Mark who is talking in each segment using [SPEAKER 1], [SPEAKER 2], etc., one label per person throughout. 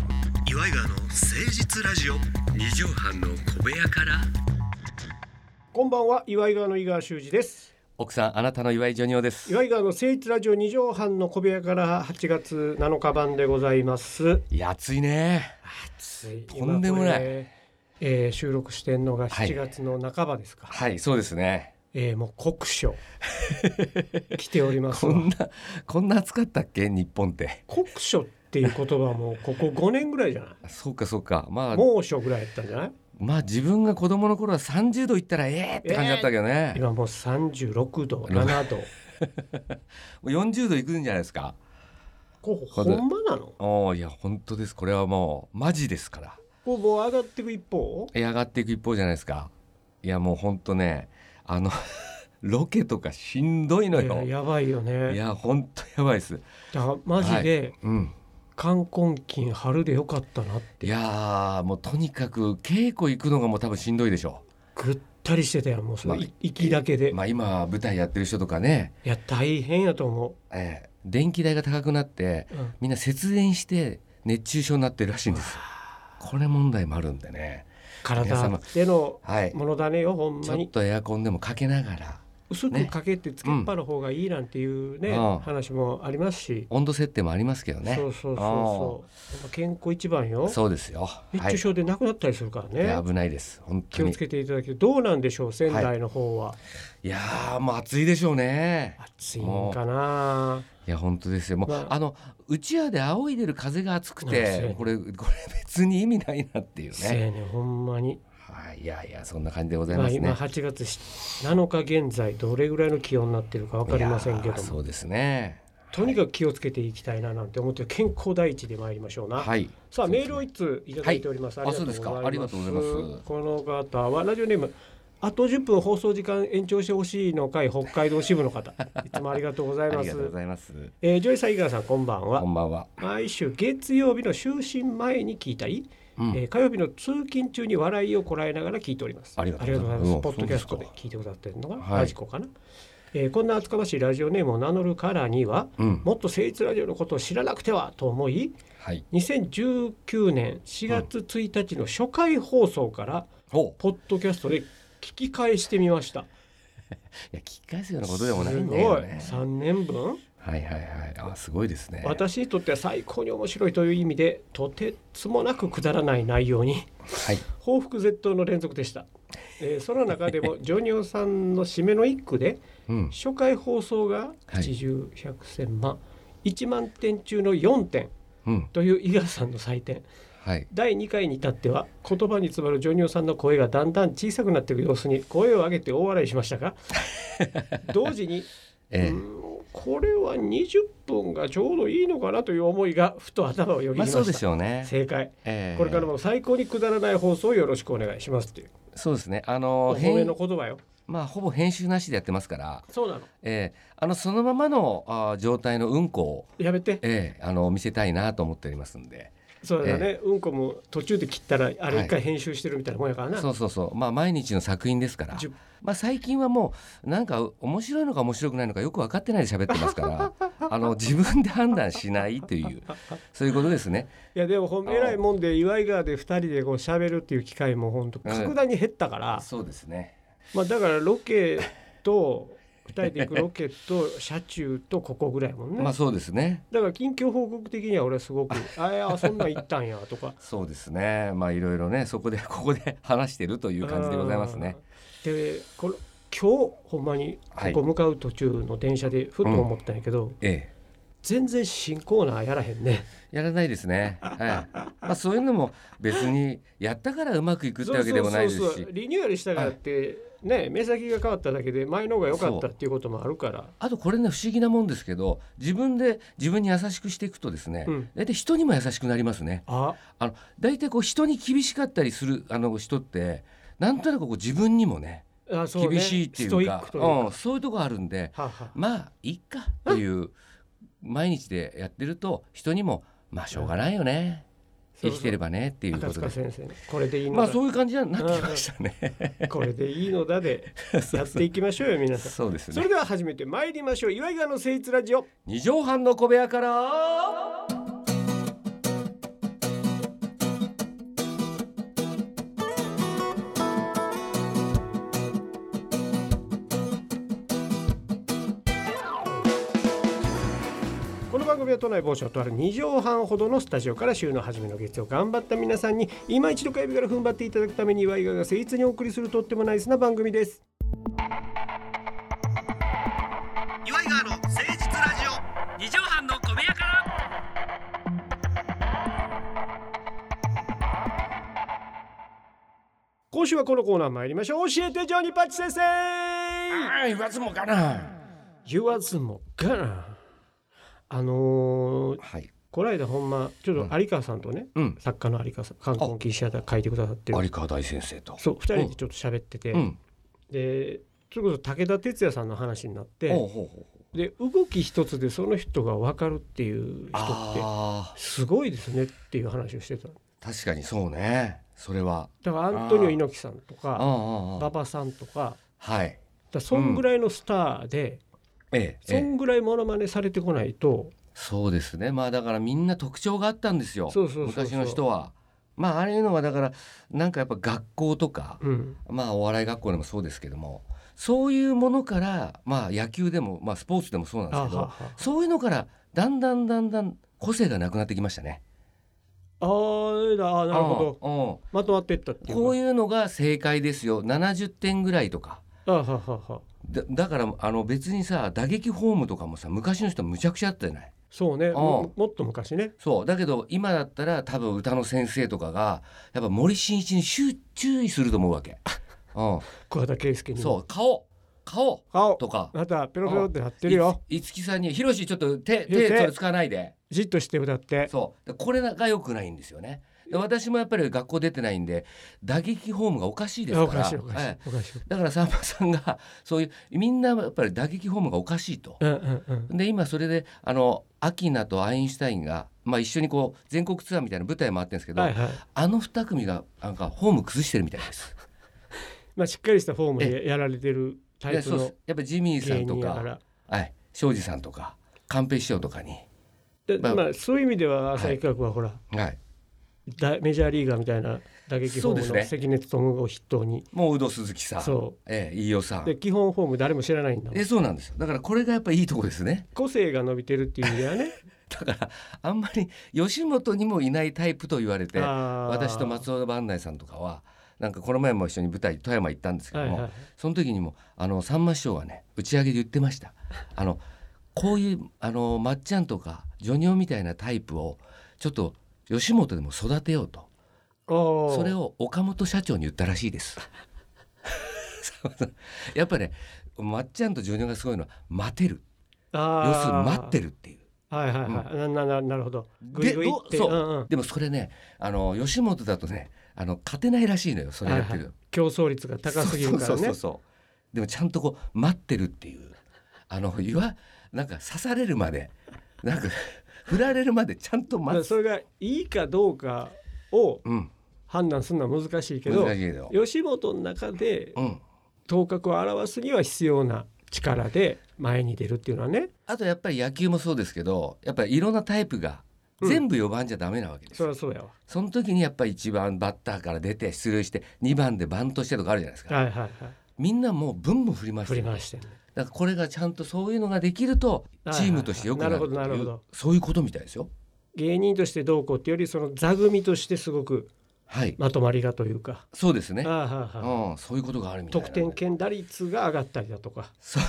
[SPEAKER 1] イガーの誠実ラジオ
[SPEAKER 2] 二畳半の小部屋から
[SPEAKER 3] こんばんは岩井川の井川修司です
[SPEAKER 2] 奥さんあなたの岩井ジョニオです
[SPEAKER 3] 岩井川の誠一ラジオ二畳半の小部屋から8月7日版でございます
[SPEAKER 2] いや暑いねとんでもない
[SPEAKER 3] 今これえー収録してんのが
[SPEAKER 2] はい
[SPEAKER 3] 7月の半ばですか、
[SPEAKER 2] はいそうですね
[SPEAKER 3] えーもう 酷暑来ております
[SPEAKER 2] こ
[SPEAKER 3] わ
[SPEAKER 2] んなこんな暑かったっけ日本って
[SPEAKER 3] 酷暑っていう言葉はもうここ5年ぐらいじゃな
[SPEAKER 2] そうかそうかま
[SPEAKER 3] い
[SPEAKER 2] あ
[SPEAKER 3] 猛暑ぐらいやったんじゃない
[SPEAKER 2] まあ自分が子供の頃は30度いったらええって感じだったけどね、
[SPEAKER 3] 今もう36度7度
[SPEAKER 2] もう40度いくんじゃないですか
[SPEAKER 3] ここほんまなの
[SPEAKER 2] おーいや本当ですこれはもうマジですから
[SPEAKER 3] こうもう上がっていく一方
[SPEAKER 2] え上がっていく一方じゃないですかいやもう本当ねあの ロケとかしんどいの
[SPEAKER 3] いや
[SPEAKER 2] よ、
[SPEAKER 3] やばいよ
[SPEAKER 2] い
[SPEAKER 3] ね
[SPEAKER 2] や本当やばいです
[SPEAKER 3] だからマジで、
[SPEAKER 2] うん
[SPEAKER 3] 冠婚金春でよかったなって
[SPEAKER 2] いやーもうとにかく稽古行くのがもう多分しんどいでしょ
[SPEAKER 3] ぐったりしてたやんもうその
[SPEAKER 2] まあ
[SPEAKER 3] い息だけで、
[SPEAKER 2] まあ今舞台やってる人とかね、
[SPEAKER 3] いや大変やと思
[SPEAKER 2] ええ電気代が高くなって
[SPEAKER 3] う、うん
[SPEAKER 2] みんな節電して熱中症になってるらしいんですよこれ問題もあるんでね皆
[SPEAKER 3] 体あ
[SPEAKER 2] 様
[SPEAKER 3] っての
[SPEAKER 2] はい
[SPEAKER 3] ものだねよほん
[SPEAKER 2] ち
[SPEAKER 3] ま
[SPEAKER 2] ょっ
[SPEAKER 3] に
[SPEAKER 2] とエアコンでもかけながら
[SPEAKER 3] 薄く
[SPEAKER 2] ね
[SPEAKER 3] かけてつけっぱの方がいいなんていうね、
[SPEAKER 2] うん
[SPEAKER 3] 話もありますし、
[SPEAKER 2] 温度設定もありますけどね
[SPEAKER 3] そうそうそうそうやっぱ健康一番よ
[SPEAKER 2] そうですよ
[SPEAKER 3] 熱中症で亡くなったりするからね、
[SPEAKER 2] はい、危ないです本当
[SPEAKER 3] 気
[SPEAKER 2] に
[SPEAKER 3] をつけていただけどうなんでしょう仙台の方は、
[SPEAKER 2] いやーもう暑いでしょうね
[SPEAKER 3] 暑いんかない
[SPEAKER 2] や本当ですよもう、
[SPEAKER 3] まあ
[SPEAKER 2] あのうちわで仰いでる風が暑く
[SPEAKER 3] そうそう
[SPEAKER 2] てこれこれ別に意味ないなっていう
[SPEAKER 3] せや
[SPEAKER 2] ね、
[SPEAKER 3] ねんほんまに
[SPEAKER 2] はい、いやいやそんな感じでござい
[SPEAKER 3] ま
[SPEAKER 2] ま
[SPEAKER 3] あ、
[SPEAKER 2] すね、
[SPEAKER 3] 今8月7日現在どれぐらいの気温になってるか分かりませんけ
[SPEAKER 2] いやー
[SPEAKER 3] ど
[SPEAKER 2] そ
[SPEAKER 3] も
[SPEAKER 2] うですね
[SPEAKER 3] とにかく気をつけていきたいななんて思って健康第一で参りましょうな、
[SPEAKER 2] はい
[SPEAKER 3] さ
[SPEAKER 2] そ
[SPEAKER 3] あ
[SPEAKER 2] うで
[SPEAKER 3] メ
[SPEAKER 2] すね
[SPEAKER 3] ールを一通いただいております、
[SPEAKER 2] はいあそうですかありがとうございます
[SPEAKER 3] この方はラジオネームあと10分放送時間延長してほしいの会北海道支部の方いつもありがとうござ い
[SPEAKER 2] あ
[SPEAKER 3] ま
[SPEAKER 2] り
[SPEAKER 3] す
[SPEAKER 2] がとうございます
[SPEAKER 3] えージョイさん井川さんこんばんは
[SPEAKER 2] こんばんは、
[SPEAKER 3] 毎週月曜日の就寝前に聞いたり、
[SPEAKER 2] うん
[SPEAKER 3] えー火曜日の通勤中に笑いをこらえながら聞いております。
[SPEAKER 2] ありがとうございます
[SPEAKER 3] ありがとうございますポッド
[SPEAKER 2] うん
[SPEAKER 3] キャストで聞いてくださってるのが、
[SPEAKER 2] はい
[SPEAKER 3] ラジコかな、えーこんな厚かましいラジオネームを名乗るからには、
[SPEAKER 2] うん
[SPEAKER 3] もっと誠実ラジオのことを知らなくてはと思い、
[SPEAKER 2] はい
[SPEAKER 3] 2019年4月1日の初回放送から、
[SPEAKER 2] ほう
[SPEAKER 3] ポッドキャストで聞き返してみました。
[SPEAKER 2] いや聞き返すようなことでもない
[SPEAKER 3] す
[SPEAKER 2] ん
[SPEAKER 3] ご
[SPEAKER 2] だ
[SPEAKER 3] い。
[SPEAKER 2] よね
[SPEAKER 3] 3年分
[SPEAKER 2] はいはいはいあすごいですね
[SPEAKER 3] 私にとっては最高に面白いという意味でとてつもなくくだらない内 容に
[SPEAKER 2] はい
[SPEAKER 3] 報復絶倒の連続でした、えーその中で もジョニオさんの締めの一句で
[SPEAKER 2] うん
[SPEAKER 3] 初回放送が
[SPEAKER 2] はい
[SPEAKER 3] 8 0 1 0 0万1万点中の4点
[SPEAKER 2] うん
[SPEAKER 3] という伊賀さんの採点
[SPEAKER 2] はい
[SPEAKER 3] 第2回に至っては言葉に詰まるジョニオさんの声がだんだん小さくなっていく様子に声を上げて大笑いし ましたが同時に
[SPEAKER 2] ええ
[SPEAKER 3] うんこれは20分がちょうどいいのかなという思いがふと頭をよぎり
[SPEAKER 2] ま
[SPEAKER 3] ま
[SPEAKER 2] あ
[SPEAKER 3] し
[SPEAKER 2] そ
[SPEAKER 3] た、
[SPEAKER 2] うでしょうね
[SPEAKER 3] 正解
[SPEAKER 2] ええ
[SPEAKER 3] これからも最高にくだらない放送をよろしくお願いしますっていう
[SPEAKER 2] そうですねあ
[SPEAKER 3] お
[SPEAKER 2] の
[SPEAKER 3] 褒め
[SPEAKER 2] 編
[SPEAKER 3] の言葉よ
[SPEAKER 2] まあほぼ編集なしでやってますから
[SPEAKER 3] そうなの
[SPEAKER 2] ええあのそのままのあー状態のうんこを、
[SPEAKER 3] やめて
[SPEAKER 2] ええあの見せたいなと思っておりますんで
[SPEAKER 3] そうだね、うんこも途中で切ったらあれ
[SPEAKER 2] はい
[SPEAKER 3] 一回編集してるみたいなもんやからな、
[SPEAKER 2] そうそうそうまあ毎日の作品ですから
[SPEAKER 3] 10
[SPEAKER 2] まあ最近はもうなんか面白いのか面白くないのかよく分かってないで喋ってますから あの自分で判断しないというそういうことですね
[SPEAKER 3] いやでもほん
[SPEAKER 2] あ
[SPEAKER 3] 偉いもんで岩井川で2人でこう喋るっていう機会も本当格段に減ったから、
[SPEAKER 2] そうですね
[SPEAKER 3] まあだからロケと2人で行くロケと車中とここぐらいもんね、
[SPEAKER 2] まあそうですね
[SPEAKER 3] だから近況報告的には俺は すごく「あいやそんなん行ったんや」とか
[SPEAKER 2] そうですねまあいろいろねそこで ここで話してるという感じでございますね
[SPEAKER 3] うん。でこの今日ほんまに
[SPEAKER 2] はい
[SPEAKER 3] ここ向かう途中の電車でふと思ったんやけど、
[SPEAKER 2] ええ
[SPEAKER 3] 全然新コーナーやらへんね。
[SPEAKER 2] やらないですねはいまあそういうのも別にやったからうまくいくってわけでもないですし
[SPEAKER 3] リニューアルしたからって、ね目先が変わっただけで前の方が良かったっていうこともあるから
[SPEAKER 2] あとこれね不思議なもんですけど自分で自分に優しくしていくとですね、
[SPEAKER 3] うん
[SPEAKER 2] 大体人にも優しくなりますね
[SPEAKER 3] あ
[SPEAKER 2] あの大体こう人に厳しかったりするあの人ってなんとなくこう自分にもね
[SPEAKER 3] あそうね
[SPEAKER 2] 厳しいってい
[SPEAKER 3] スト
[SPEAKER 2] う
[SPEAKER 3] イッ
[SPEAKER 2] か
[SPEAKER 3] クというか、は
[SPEAKER 2] うん、そういうとこあるんで
[SPEAKER 3] あはあ
[SPEAKER 2] まあいっかという毎日でやってると人にもまあしょうがないよね
[SPEAKER 3] そ
[SPEAKER 2] 生
[SPEAKER 3] うそう
[SPEAKER 2] きてればねっていうこ
[SPEAKER 3] 赤
[SPEAKER 2] とで
[SPEAKER 3] 塚先生これでいいの
[SPEAKER 2] まあ
[SPEAKER 3] だ、
[SPEAKER 2] そういう感じになってきましたね。
[SPEAKER 3] これでいいの だでやっていきましょうよ皆さん
[SPEAKER 2] そうです
[SPEAKER 3] それ
[SPEAKER 2] ね。
[SPEAKER 3] では始めて参りましょう岩井川の誠実ラジオ
[SPEAKER 2] 二畳半の小部屋から
[SPEAKER 3] この番組は都内某所とある2畳半ほどのスタジオから週の初めの月曜頑張った皆さんに今一度火曜日から踏ん張っていただくために岩井川が誠実にお送りするとってもナイスな番組です
[SPEAKER 1] 岩井川の誠実ラジオ
[SPEAKER 4] 二畳半の小部屋から。
[SPEAKER 3] 今週はこのコーナー参りましょう教えてジョニーパッチ先生
[SPEAKER 2] ああ言わずもがな
[SPEAKER 3] 言わずもがなあのー、
[SPEAKER 2] はい
[SPEAKER 3] こないだほんまちょっと有川さんとね、
[SPEAKER 2] うん
[SPEAKER 3] 作家の有川さん観光記者だ書いてくださってる
[SPEAKER 2] 有川大先生と
[SPEAKER 3] そう2人でちょっと喋ってて、
[SPEAKER 2] うん
[SPEAKER 3] でそれこそ武田鉄矢さんの話になって
[SPEAKER 2] ほうほうほう
[SPEAKER 3] で動き一つでその人が分かるっていう人って
[SPEAKER 2] ああ
[SPEAKER 3] すごいですねっていう話をしてた
[SPEAKER 2] 確かにそうねそれは
[SPEAKER 3] だからアントニオ猪木さんと
[SPEAKER 2] ああ
[SPEAKER 3] か
[SPEAKER 2] ああ
[SPEAKER 3] 馬場さんとか
[SPEAKER 2] はい
[SPEAKER 3] だからそんぐらいのスターで、
[SPEAKER 2] えええ
[SPEAKER 3] そ
[SPEAKER 2] え
[SPEAKER 3] んぐらいモノマネされてこないと
[SPEAKER 2] そうですねまあだからみんな特徴があったんですよ
[SPEAKER 3] そうそうそうそう
[SPEAKER 2] 昔の人はまああれいうのはだからなんかやっぱ学校とか
[SPEAKER 3] うん
[SPEAKER 2] まあお笑い学校でもそうですけどもそういうものからまあ野球でもまあスポーツでもそうなんです
[SPEAKER 3] あ
[SPEAKER 2] けど
[SPEAKER 3] は
[SPEAKER 2] そういうのからだんだんだんだん個性がなくなってきましたね。
[SPEAKER 3] あーだあーなるほど
[SPEAKER 2] ど。
[SPEAKER 3] まとまってったっ
[SPEAKER 2] う
[SPEAKER 3] てい
[SPEAKER 2] ん、
[SPEAKER 3] う
[SPEAKER 2] こう
[SPEAKER 3] う
[SPEAKER 2] いうのが正解ですよ。70点ぐらいとか。
[SPEAKER 3] あーははは
[SPEAKER 2] だだからあの別にさ打撃フォームとかもさ昔の人むちゃくちゃあったじゃない。
[SPEAKER 3] そうね
[SPEAKER 2] ん
[SPEAKER 3] ももっと昔ね
[SPEAKER 2] そうだけど今だったら多分歌の先生とかがやっぱ森進一に集注意すると思うわ け。う
[SPEAKER 3] 桑田佳祐
[SPEAKER 2] ん、
[SPEAKER 3] に
[SPEAKER 2] そう顔顔
[SPEAKER 3] 顔
[SPEAKER 2] とか。
[SPEAKER 3] またペロペロってなってるよ
[SPEAKER 2] いついつきさんに「ひろしちょっと手
[SPEAKER 3] 言う
[SPEAKER 2] 手
[SPEAKER 3] て
[SPEAKER 2] それ使わないで」
[SPEAKER 3] じっとして歌って
[SPEAKER 2] そうでこれが良くないんですよねで私もやっぱり学校出てないんで打撃フォームがおかしいです
[SPEAKER 3] あお
[SPEAKER 2] か
[SPEAKER 3] からしいおかし
[SPEAKER 2] はいい
[SPEAKER 3] おかしい
[SPEAKER 2] だからさんまさんがそういうみんなやっぱり打撃フォームがおかしいと
[SPEAKER 3] うんうんうん
[SPEAKER 2] で今それであのアキナとアインシュタインが、まあ、一緒にこう全国ツアーみたいな舞台回ってるんですけど、
[SPEAKER 3] はいはい
[SPEAKER 2] あの2組がなんかフォーム崩してるみたいです。
[SPEAKER 3] まあしっかりしたフォームでやられてるタ
[SPEAKER 2] で
[SPEAKER 3] イプ
[SPEAKER 2] そう
[SPEAKER 3] の
[SPEAKER 2] やっぱジミーさ
[SPEAKER 3] 芸
[SPEAKER 2] んと
[SPEAKER 3] 人やか
[SPEAKER 2] からはい庄司さんとか寛平師匠とかに、
[SPEAKER 3] で
[SPEAKER 2] まあ
[SPEAKER 3] まあそういう意味では浅井企画はほら
[SPEAKER 2] はい、
[SPEAKER 3] だメジャーリーガーみたいな打撃フォーム
[SPEAKER 2] そう
[SPEAKER 3] の
[SPEAKER 2] です
[SPEAKER 3] 関根勤を筆頭に
[SPEAKER 2] もう有働鈴木さん、
[SPEAKER 3] そ
[SPEAKER 2] ええ、飯尾さ
[SPEAKER 3] うんで基本フォーム誰も知らないんだもん
[SPEAKER 2] えそうなんですよだからこれがやっぱいいとこですね
[SPEAKER 3] 個性が伸びてるっていう意味で はね
[SPEAKER 2] だからあんまり吉本にもいないタイプと言われて私
[SPEAKER 3] 私
[SPEAKER 2] と松尾万内さんとかはなんかこの前も一緒に舞台富山行ったんですけど
[SPEAKER 3] はい
[SPEAKER 2] も、
[SPEAKER 3] はい
[SPEAKER 2] その時にもあのさんま師匠はね打ち上げで言ってましたあのこういうあのまっちゃんとかジョニオみたいなタイプをちょっと吉本でも育てようと
[SPEAKER 3] おー
[SPEAKER 2] それを岡本社長に言ったらしいです やっぱねまっちゃんとジョニオがすごいのは待てる
[SPEAKER 3] あー
[SPEAKER 2] 要するに待ってるっていう
[SPEAKER 3] はいはいはいななななるほどグイ
[SPEAKER 2] で
[SPEAKER 3] グイって
[SPEAKER 2] どうそうん
[SPEAKER 3] うん
[SPEAKER 2] でもそれねあの吉本だとねあの勝てないらしいのよそれやってる、
[SPEAKER 3] はいはい競争率が高すぎるか
[SPEAKER 2] そ
[SPEAKER 3] ら
[SPEAKER 2] うそうそう
[SPEAKER 3] ね
[SPEAKER 2] そうでもちゃんとこう待ってるっていうあのいわなんか刺されるまでなんか振られるまでちゃんと
[SPEAKER 3] ま
[SPEAKER 2] 待
[SPEAKER 3] あ
[SPEAKER 2] つ、
[SPEAKER 3] それがいいかどうかを
[SPEAKER 2] うん、
[SPEAKER 3] 判断するのは難しいけど
[SPEAKER 2] 難しいけど、
[SPEAKER 3] 吉本の中で
[SPEAKER 2] うん、
[SPEAKER 3] 頭角を表すには必要な力で前に出るっていうのはね
[SPEAKER 2] あとやっぱり野球もそうですけどやっぱりいろんなタイプが
[SPEAKER 3] うん
[SPEAKER 2] 全部4番じゃダメなわけです
[SPEAKER 3] そ
[SPEAKER 2] よ、
[SPEAKER 3] りゃそうやわ
[SPEAKER 2] その時にやっぱり1番バッターから出て出塁して2番でバントしてとかあるじゃないですか
[SPEAKER 3] はいはいはい
[SPEAKER 2] みんなもうブンブン振りまし
[SPEAKER 3] 振
[SPEAKER 2] て
[SPEAKER 3] り
[SPEAKER 2] る
[SPEAKER 3] 回してね
[SPEAKER 2] だからこれがちゃんとそういうのができると
[SPEAKER 3] はいはい
[SPEAKER 2] チームとして良くなるっていう
[SPEAKER 3] なるほどなるほど
[SPEAKER 2] そういうことみたいですよ。
[SPEAKER 3] 芸人としてどうこうっていうよりその座組としてすごく
[SPEAKER 2] はい、
[SPEAKER 3] まとまりがというか
[SPEAKER 2] そうですね。
[SPEAKER 3] ああはいは
[SPEAKER 2] うん、そういうことがあるみ
[SPEAKER 3] い
[SPEAKER 2] たいな。
[SPEAKER 3] 得点圏打率が上がったりだとか
[SPEAKER 2] そ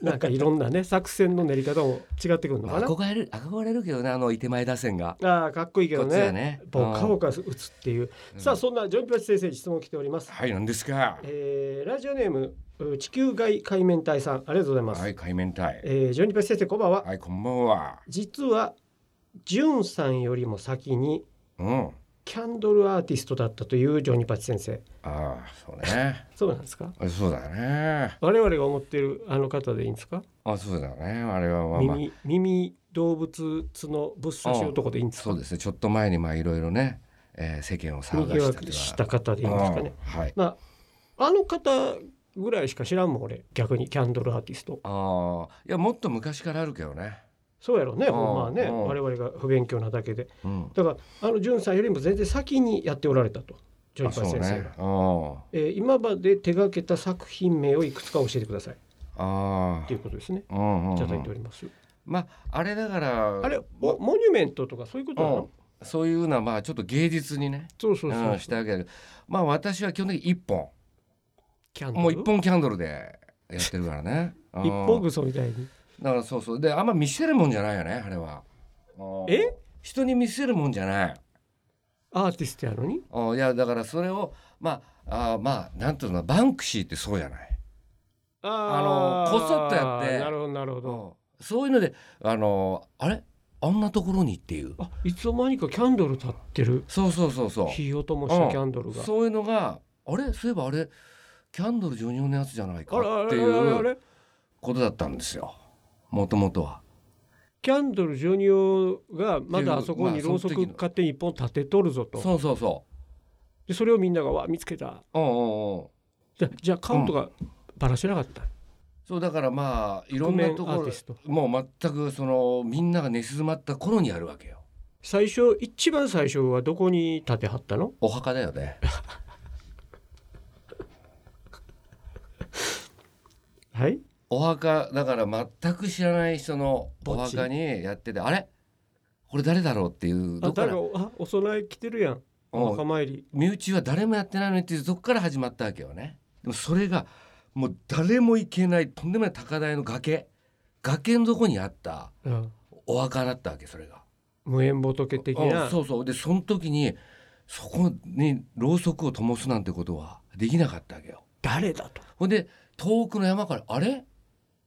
[SPEAKER 2] う
[SPEAKER 3] なんかいろんなね作戦の練り方も違ってくるの
[SPEAKER 2] まあ
[SPEAKER 3] かな
[SPEAKER 2] 憧れる憧れるけどねあの手前打線が。
[SPEAKER 3] ああかっこいいけど
[SPEAKER 2] こっちは
[SPEAKER 3] ね
[SPEAKER 2] ね。
[SPEAKER 3] ボカボ
[SPEAKER 2] カ。
[SPEAKER 3] カ打つっていうさあそんなジョンピョチ先生に質問来ております
[SPEAKER 2] はい、なんですか。
[SPEAKER 3] えーラジオネームう地球外海面隊さんありがとうございます、
[SPEAKER 2] はい、海面体。
[SPEAKER 3] えージョニパチ先生こんばんは、
[SPEAKER 2] はい、こんばんは。
[SPEAKER 3] 実はジュンさんよりも先に
[SPEAKER 2] うん。あ
[SPEAKER 3] キャンドルアーティストだったというジョニパチ先生
[SPEAKER 2] あ、そうね。
[SPEAKER 3] そうなんですか
[SPEAKER 2] あそうだね。
[SPEAKER 3] 我々が思っているあの方でいいんですか、
[SPEAKER 2] あ、そうだね。あれはまあまあ。
[SPEAKER 3] 耳耳動物角ぶっ刺し男でいいんですか
[SPEAKER 2] そうですね。ちょっと前にまあいろいろね、えー、世間を騒が
[SPEAKER 3] 賑
[SPEAKER 2] し
[SPEAKER 3] わ
[SPEAKER 2] た
[SPEAKER 3] く
[SPEAKER 2] と
[SPEAKER 3] した方でいいんですかね
[SPEAKER 2] うんはい。
[SPEAKER 3] まああの方ぐらいしか知らんもん俺逆にキャンドルアーティスト
[SPEAKER 2] ああ、いやもっと昔からあるけどね。
[SPEAKER 3] そうやろうね
[SPEAKER 2] うん
[SPEAKER 3] ほんまあね
[SPEAKER 2] うん
[SPEAKER 3] 我々が不勉強なだけで
[SPEAKER 2] うん。
[SPEAKER 3] だからあの潤さんよりも全然先にやっておられたとジョニ
[SPEAKER 2] あ
[SPEAKER 3] パ
[SPEAKER 2] そう
[SPEAKER 3] チ先生が、
[SPEAKER 2] ね。うん。
[SPEAKER 3] えー今まで手掛けた作品名をいくつか教えてください
[SPEAKER 2] ああ
[SPEAKER 3] とい。うことですね
[SPEAKER 2] うんうんうん
[SPEAKER 3] いただいております、
[SPEAKER 2] まああれだから
[SPEAKER 3] あれモモニュメントとかそういうことなの、
[SPEAKER 2] うんそういうのはまあちょっと芸術にね
[SPEAKER 3] そうそうそう、
[SPEAKER 2] うんしたわけだけどまあ私は基本的に一本
[SPEAKER 3] キャンドル
[SPEAKER 2] もう一本キャンドルでやってるからねうん
[SPEAKER 3] 一本ぐそみたいに
[SPEAKER 2] だからそうそうであんま見せるもんじゃないよねあれはうん
[SPEAKER 3] え
[SPEAKER 2] 人に見せるもんじゃない
[SPEAKER 3] アーティストやのに
[SPEAKER 2] うんいやだからそれをまああーまあなんていうのバンクシーってそうじゃない
[SPEAKER 3] あ
[SPEAKER 2] あのこそっとやって
[SPEAKER 3] なるほどなるほど、
[SPEAKER 2] そういうのであのあれあんなところにっていう
[SPEAKER 3] あいつの間にかキャンドル立ってる
[SPEAKER 2] そうそうそうそう
[SPEAKER 3] 火をともしたキャンドルが、
[SPEAKER 2] そういうのがあれそういえばあれキャンドルジョニオのやつじゃないか
[SPEAKER 3] あれあ
[SPEAKER 2] って
[SPEAKER 3] れ
[SPEAKER 2] い
[SPEAKER 3] あれあ
[SPEAKER 2] う
[SPEAKER 3] れ
[SPEAKER 2] ことだったんですよもともとは。
[SPEAKER 3] キャンドルジョニオがまだあそこ
[SPEAKER 2] ま
[SPEAKER 3] に
[SPEAKER 2] あそ
[SPEAKER 3] ろ
[SPEAKER 2] の
[SPEAKER 3] うそ
[SPEAKER 2] 時の
[SPEAKER 3] く勝手に一本立てとるぞと
[SPEAKER 2] そうそうそ
[SPEAKER 3] でそれをみんながわあ見つけた
[SPEAKER 2] う。うんうんうん。
[SPEAKER 3] じゃじゃあカウントがばらしてなかった、
[SPEAKER 2] そうだからまあいろんなとこ
[SPEAKER 3] アー
[SPEAKER 2] ろ
[SPEAKER 3] ティスト
[SPEAKER 2] もう全くそのみんなが寝静まった頃にやるわけよ。
[SPEAKER 3] 最初一番最初はどこに立てはったの
[SPEAKER 2] お墓だよね。
[SPEAKER 3] はい
[SPEAKER 2] お墓だから全く知らない人のお
[SPEAKER 3] 墓地
[SPEAKER 2] 墓にやっててあれこれ誰だろうっていう
[SPEAKER 3] あ
[SPEAKER 2] どっか
[SPEAKER 3] だかららあお供え来てるやんお
[SPEAKER 2] うん
[SPEAKER 3] 墓参り
[SPEAKER 2] 身内は誰もやってないのにっていうとこから始まったわけよね。でもそれがもう誰も行けないとんでもない高台の崖崖のとこにあった
[SPEAKER 3] うん
[SPEAKER 2] お墓だったわけそれが。
[SPEAKER 3] 無縁仏的
[SPEAKER 2] うん
[SPEAKER 3] な
[SPEAKER 2] そうそうでその時にそこにろうそくを灯すなんてことはできなかったわけよ。
[SPEAKER 3] 誰だと
[SPEAKER 2] ほんで遠くの山からあれ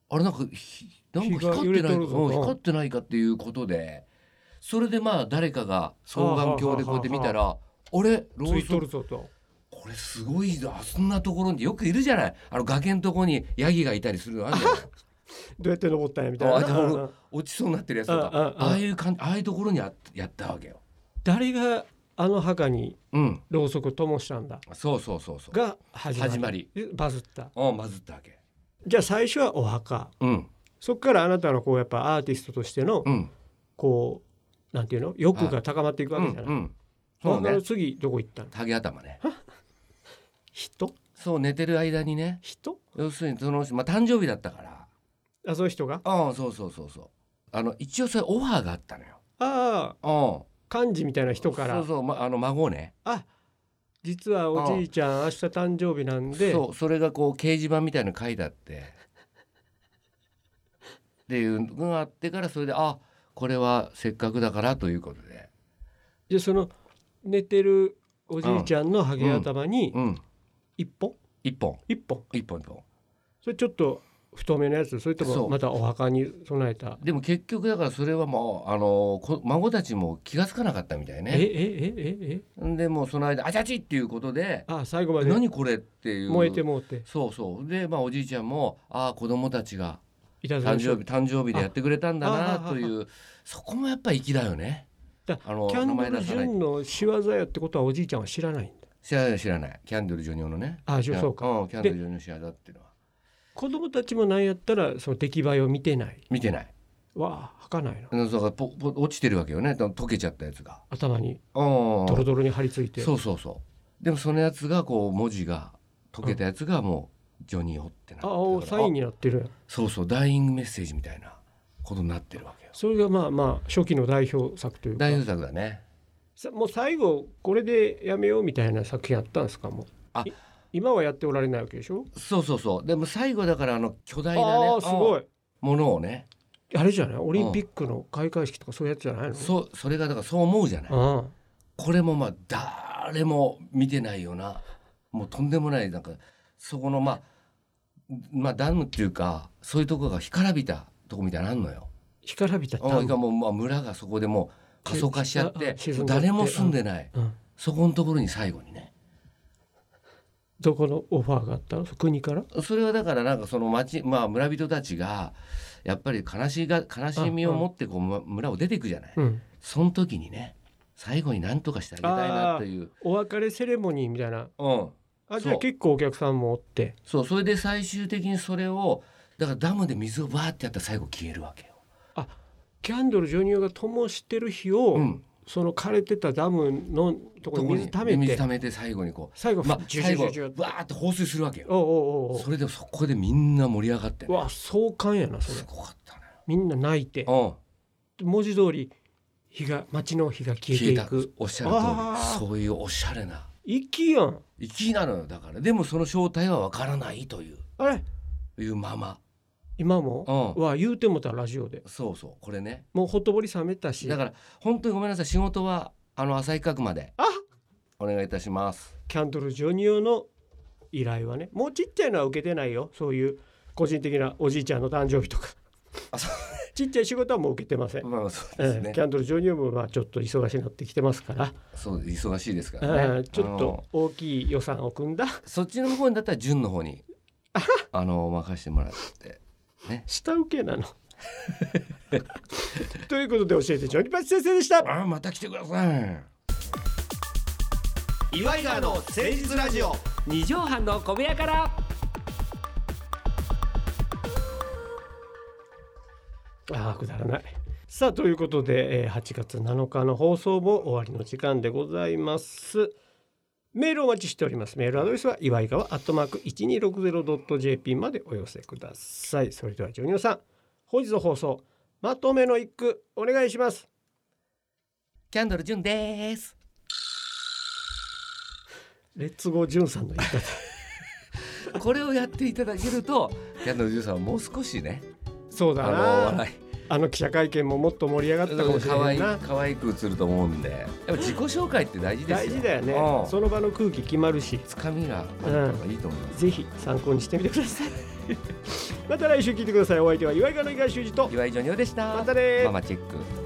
[SPEAKER 2] あれなんかひなんか
[SPEAKER 3] 日が
[SPEAKER 2] 光ってない
[SPEAKER 3] 揺
[SPEAKER 2] か
[SPEAKER 3] れとるぞ
[SPEAKER 2] うん光ってないかっていうことでそれでまあ誰かが双眼鏡でこうやって見たら「あれろ
[SPEAKER 3] つ
[SPEAKER 2] う
[SPEAKER 3] いと
[SPEAKER 2] そ
[SPEAKER 3] る
[SPEAKER 2] く
[SPEAKER 3] ぞと
[SPEAKER 2] これすごいなそんなところによくいるじゃないあの崖のとこにヤギがいたりするのあ るじゃない
[SPEAKER 3] どうやって登ったんやみたいな
[SPEAKER 2] あでも
[SPEAKER 3] うんうん
[SPEAKER 2] 落ちそうになってるやつとか
[SPEAKER 3] うんうんうん
[SPEAKER 2] ああいう感じああいうところにあやったわけよ。
[SPEAKER 3] 誰があの墓に
[SPEAKER 2] うん
[SPEAKER 3] ろうそく灯したんだ
[SPEAKER 2] そうそうそうそう。
[SPEAKER 3] が始まり
[SPEAKER 2] 始まり
[SPEAKER 3] でバズった
[SPEAKER 2] うんまずったわけ。
[SPEAKER 3] じゃあ最初はお墓
[SPEAKER 2] うん
[SPEAKER 3] そこからあなたのこうやっぱアーティストとしての
[SPEAKER 2] うん
[SPEAKER 3] こうなんていうの欲が高まっていく
[SPEAKER 2] う
[SPEAKER 3] わ
[SPEAKER 2] ん
[SPEAKER 3] けじゃ
[SPEAKER 2] う
[SPEAKER 3] ない
[SPEAKER 2] ん。
[SPEAKER 3] お
[SPEAKER 2] そう
[SPEAKER 3] 墓の
[SPEAKER 2] ね。
[SPEAKER 3] 次どこ行ったの
[SPEAKER 2] ハゲ頭ね。
[SPEAKER 3] 人
[SPEAKER 2] そう寝てる間にね
[SPEAKER 3] 人
[SPEAKER 2] 要するにその人まあ誕生日だったから。
[SPEAKER 3] あそういう人が
[SPEAKER 2] ああそうそうそうそうあの一応それオファーがあったのよ
[SPEAKER 3] ああ
[SPEAKER 2] う
[SPEAKER 3] 幹事みたいなん人から
[SPEAKER 2] そうそう、ま、あの孫ね
[SPEAKER 3] あ実はおじいちゃん明日誕生日なんで
[SPEAKER 2] そうそれがこう掲示板みたいなの書いてあってっていうのがあってからそれであこれはせっかくだからということで
[SPEAKER 3] でその寝てるおじいちゃんのハゲ頭に
[SPEAKER 2] うん
[SPEAKER 3] 一本
[SPEAKER 2] 一本
[SPEAKER 3] 一本
[SPEAKER 2] 一本一本
[SPEAKER 3] それちょっと太めのやつそれと
[SPEAKER 2] そ
[SPEAKER 3] も
[SPEAKER 2] う
[SPEAKER 3] またお墓に備えた
[SPEAKER 2] でも結局だからそれはもうあのこ孫たちも気が付かなかったみたい
[SPEAKER 3] ええ
[SPEAKER 2] ね
[SPEAKER 3] えええ
[SPEAKER 2] でもうその間「あちゃち!」っていうことで
[SPEAKER 3] あ最
[SPEAKER 2] 「
[SPEAKER 3] 後まで
[SPEAKER 2] 何これ?」っていう
[SPEAKER 3] 燃えてもうて
[SPEAKER 2] そうそうでまあおじいちゃんも「ああ子供たちが
[SPEAKER 3] いたずら
[SPEAKER 2] 誕
[SPEAKER 3] にしよ
[SPEAKER 2] 生
[SPEAKER 3] う
[SPEAKER 2] 日誕生日でやってくれたんだ
[SPEAKER 3] あ
[SPEAKER 2] な
[SPEAKER 3] ああ
[SPEAKER 2] というそこもやっぱ粋だよね。
[SPEAKER 3] だ
[SPEAKER 2] あの
[SPEAKER 3] キャ
[SPEAKER 2] 名
[SPEAKER 3] ンド
[SPEAKER 2] 前
[SPEAKER 3] ル・
[SPEAKER 2] 出
[SPEAKER 3] ジ
[SPEAKER 2] さな
[SPEAKER 3] ュ
[SPEAKER 2] い
[SPEAKER 3] ンの仕業やってことはおじいちゃんは知らないんだ
[SPEAKER 2] 知らない知らないキャンドルジョニオのね。
[SPEAKER 3] あじゃあそうか
[SPEAKER 2] んキャンドルジョニオの試合だっていうのは
[SPEAKER 3] 子供たちもなんやったらその出来栄えを見てない
[SPEAKER 2] 見てない。
[SPEAKER 3] わあ儚いな
[SPEAKER 2] うんそうかポポ落ちてるわけよねと溶けちゃったやつが。
[SPEAKER 3] 頭に
[SPEAKER 2] うん
[SPEAKER 3] ドロドロに張り付いて
[SPEAKER 2] そうそうそう。でもそのやつがこう文字が溶けたやつがもうジョニオってなって
[SPEAKER 3] あ
[SPEAKER 2] る
[SPEAKER 3] お
[SPEAKER 2] か
[SPEAKER 3] サ
[SPEAKER 2] ら
[SPEAKER 3] インになってるやん
[SPEAKER 2] あそうそうダイイングメッセージみたいなことになってるわけよ。
[SPEAKER 3] それがまあまあ初期の代表作というか
[SPEAKER 2] 代表作だね。
[SPEAKER 3] さもう最後これでやめようみたいな作品あったんですかもう
[SPEAKER 2] あ
[SPEAKER 3] い今はやっておられないわけでしょ
[SPEAKER 2] そうそうそう。でも最後だからあの巨大なね
[SPEAKER 3] ああすご
[SPEAKER 2] うん
[SPEAKER 3] い
[SPEAKER 2] ものをね
[SPEAKER 3] あれじゃないオリンピックの開会式とかそういうやつじゃないの
[SPEAKER 2] そうそれがだからそう思うじゃない。
[SPEAKER 3] ああ
[SPEAKER 2] これもまあ誰も見てないようなもうとんでもないなんかそこのまあまあダムっていうかそういうとこが干からびたとこみたいなのあんのよ。
[SPEAKER 3] 干からびた
[SPEAKER 2] あ
[SPEAKER 3] タオル
[SPEAKER 2] がもうまあ村がそこでもう過疎化しちゃっ
[SPEAKER 3] あ
[SPEAKER 2] て
[SPEAKER 3] 沈んじゃって
[SPEAKER 2] 誰も住んでない
[SPEAKER 3] うん
[SPEAKER 2] そこのところに最後にね。
[SPEAKER 3] どこのオファーがあったの国から
[SPEAKER 2] それはだからなんかその町まあ村人たちがやっぱり悲しが悲しみを持ってこうむ村を出ていくじゃない。
[SPEAKER 3] うん
[SPEAKER 2] その時にね最後に何とかしてあげたいなという。
[SPEAKER 3] お別れセレモニーみたいな
[SPEAKER 2] うん
[SPEAKER 3] あじゃあ
[SPEAKER 2] そう
[SPEAKER 3] 結構お客さんもおって
[SPEAKER 2] そうそれで最終的にそれをだからダムで水をバーってやったら最後消えるわけよ。
[SPEAKER 3] キャンドルジョニオが灯してる火を、
[SPEAKER 2] うん、
[SPEAKER 3] その枯れてたダムのところに水
[SPEAKER 2] で
[SPEAKER 3] 溜め
[SPEAKER 2] 水
[SPEAKER 3] て
[SPEAKER 2] 溜めて最後にこ
[SPEAKER 3] 最後、
[SPEAKER 2] う、まあ、
[SPEAKER 3] ジュ
[SPEAKER 2] 最
[SPEAKER 3] ジュジ
[SPEAKER 2] 後
[SPEAKER 3] ュジュ
[SPEAKER 2] バーって放水するわけよ。
[SPEAKER 3] おうおうおうおう
[SPEAKER 2] それでもそこでみんな盛り上がって、
[SPEAKER 3] う
[SPEAKER 2] ね、
[SPEAKER 3] わ壮観やなそ
[SPEAKER 2] す
[SPEAKER 3] れ
[SPEAKER 2] ごかったね。
[SPEAKER 3] みんな泣いて
[SPEAKER 2] うん
[SPEAKER 3] 文字通り日が街の日が消えて
[SPEAKER 2] 消え
[SPEAKER 3] い
[SPEAKER 2] た
[SPEAKER 3] く
[SPEAKER 2] おっしゃる
[SPEAKER 3] あー
[SPEAKER 2] 通りそういうおしゃれな
[SPEAKER 3] 息やん
[SPEAKER 2] 粋なのよだからでもその正体はわからないという
[SPEAKER 3] あれ
[SPEAKER 2] いうまま
[SPEAKER 3] 今も
[SPEAKER 2] うん
[SPEAKER 3] は言うてもたラジオで
[SPEAKER 2] そうそうこれね
[SPEAKER 3] もうほとぼり冷めたし
[SPEAKER 2] だから本当にごめんなさい仕事はあの朝一角まで
[SPEAKER 3] あ
[SPEAKER 2] お願いいたします
[SPEAKER 3] キャンドル・ジョニオの依頼はねもうちっちゃいのは受けてないよそういう個人的なおじいちゃんの誕生日とか
[SPEAKER 2] あそ
[SPEAKER 3] ちっちゃい仕事はもう受けてません、
[SPEAKER 2] まあそうです
[SPEAKER 3] え
[SPEAKER 2] ね
[SPEAKER 3] えキ、ャンドル・ジョニオもまあちょっと忙しいなってきてますから、
[SPEAKER 2] そう忙しいですか
[SPEAKER 3] え
[SPEAKER 2] らね、
[SPEAKER 3] えちょっ
[SPEAKER 2] あの
[SPEAKER 3] と大きい予算を組んだ
[SPEAKER 2] そっちの方にだったら純の方にあの任せてもらって
[SPEAKER 3] 下請けなの。 ということで教えてジョニパチ先生でした。
[SPEAKER 2] ああまた来てください
[SPEAKER 1] 岩井川の誠実ラジオ
[SPEAKER 4] 二畳半の小部屋から
[SPEAKER 3] ああくだらない。さあということで、えー8月7日の放送も終わりの時間でございます。メールをお待ちしております。メールアドレスは岩井川アットマーク 1260.jp までお寄せください。それではジョニオさん、本日の放送、まとめの一句お願いします。
[SPEAKER 2] キャンドル純です
[SPEAKER 3] レッツゴージュンさんの言い方。
[SPEAKER 2] これをやっていただけるとキャンドル純さんはもう少しね
[SPEAKER 3] そう
[SPEAKER 2] あ
[SPEAKER 3] だ
[SPEAKER 2] の
[SPEAKER 3] なあ。
[SPEAKER 2] 笑い
[SPEAKER 3] の記者会見ももっと盛り上がったかもしれ
[SPEAKER 2] 可
[SPEAKER 3] な
[SPEAKER 2] 愛
[SPEAKER 3] い
[SPEAKER 2] い
[SPEAKER 3] な。
[SPEAKER 2] 可愛く映ると思うんでやっぱ自己紹介って大事です
[SPEAKER 3] 大
[SPEAKER 2] よ
[SPEAKER 3] 事だよね
[SPEAKER 2] うん
[SPEAKER 3] その場の空気決まるし
[SPEAKER 2] つかみがあった方がいいと思います、
[SPEAKER 3] ぜひ参考にしてみてください また来週聞いてくださいお相手は岩井川の井川修司と
[SPEAKER 2] 岩井ジョニオでした
[SPEAKER 3] またねー
[SPEAKER 2] ママチェック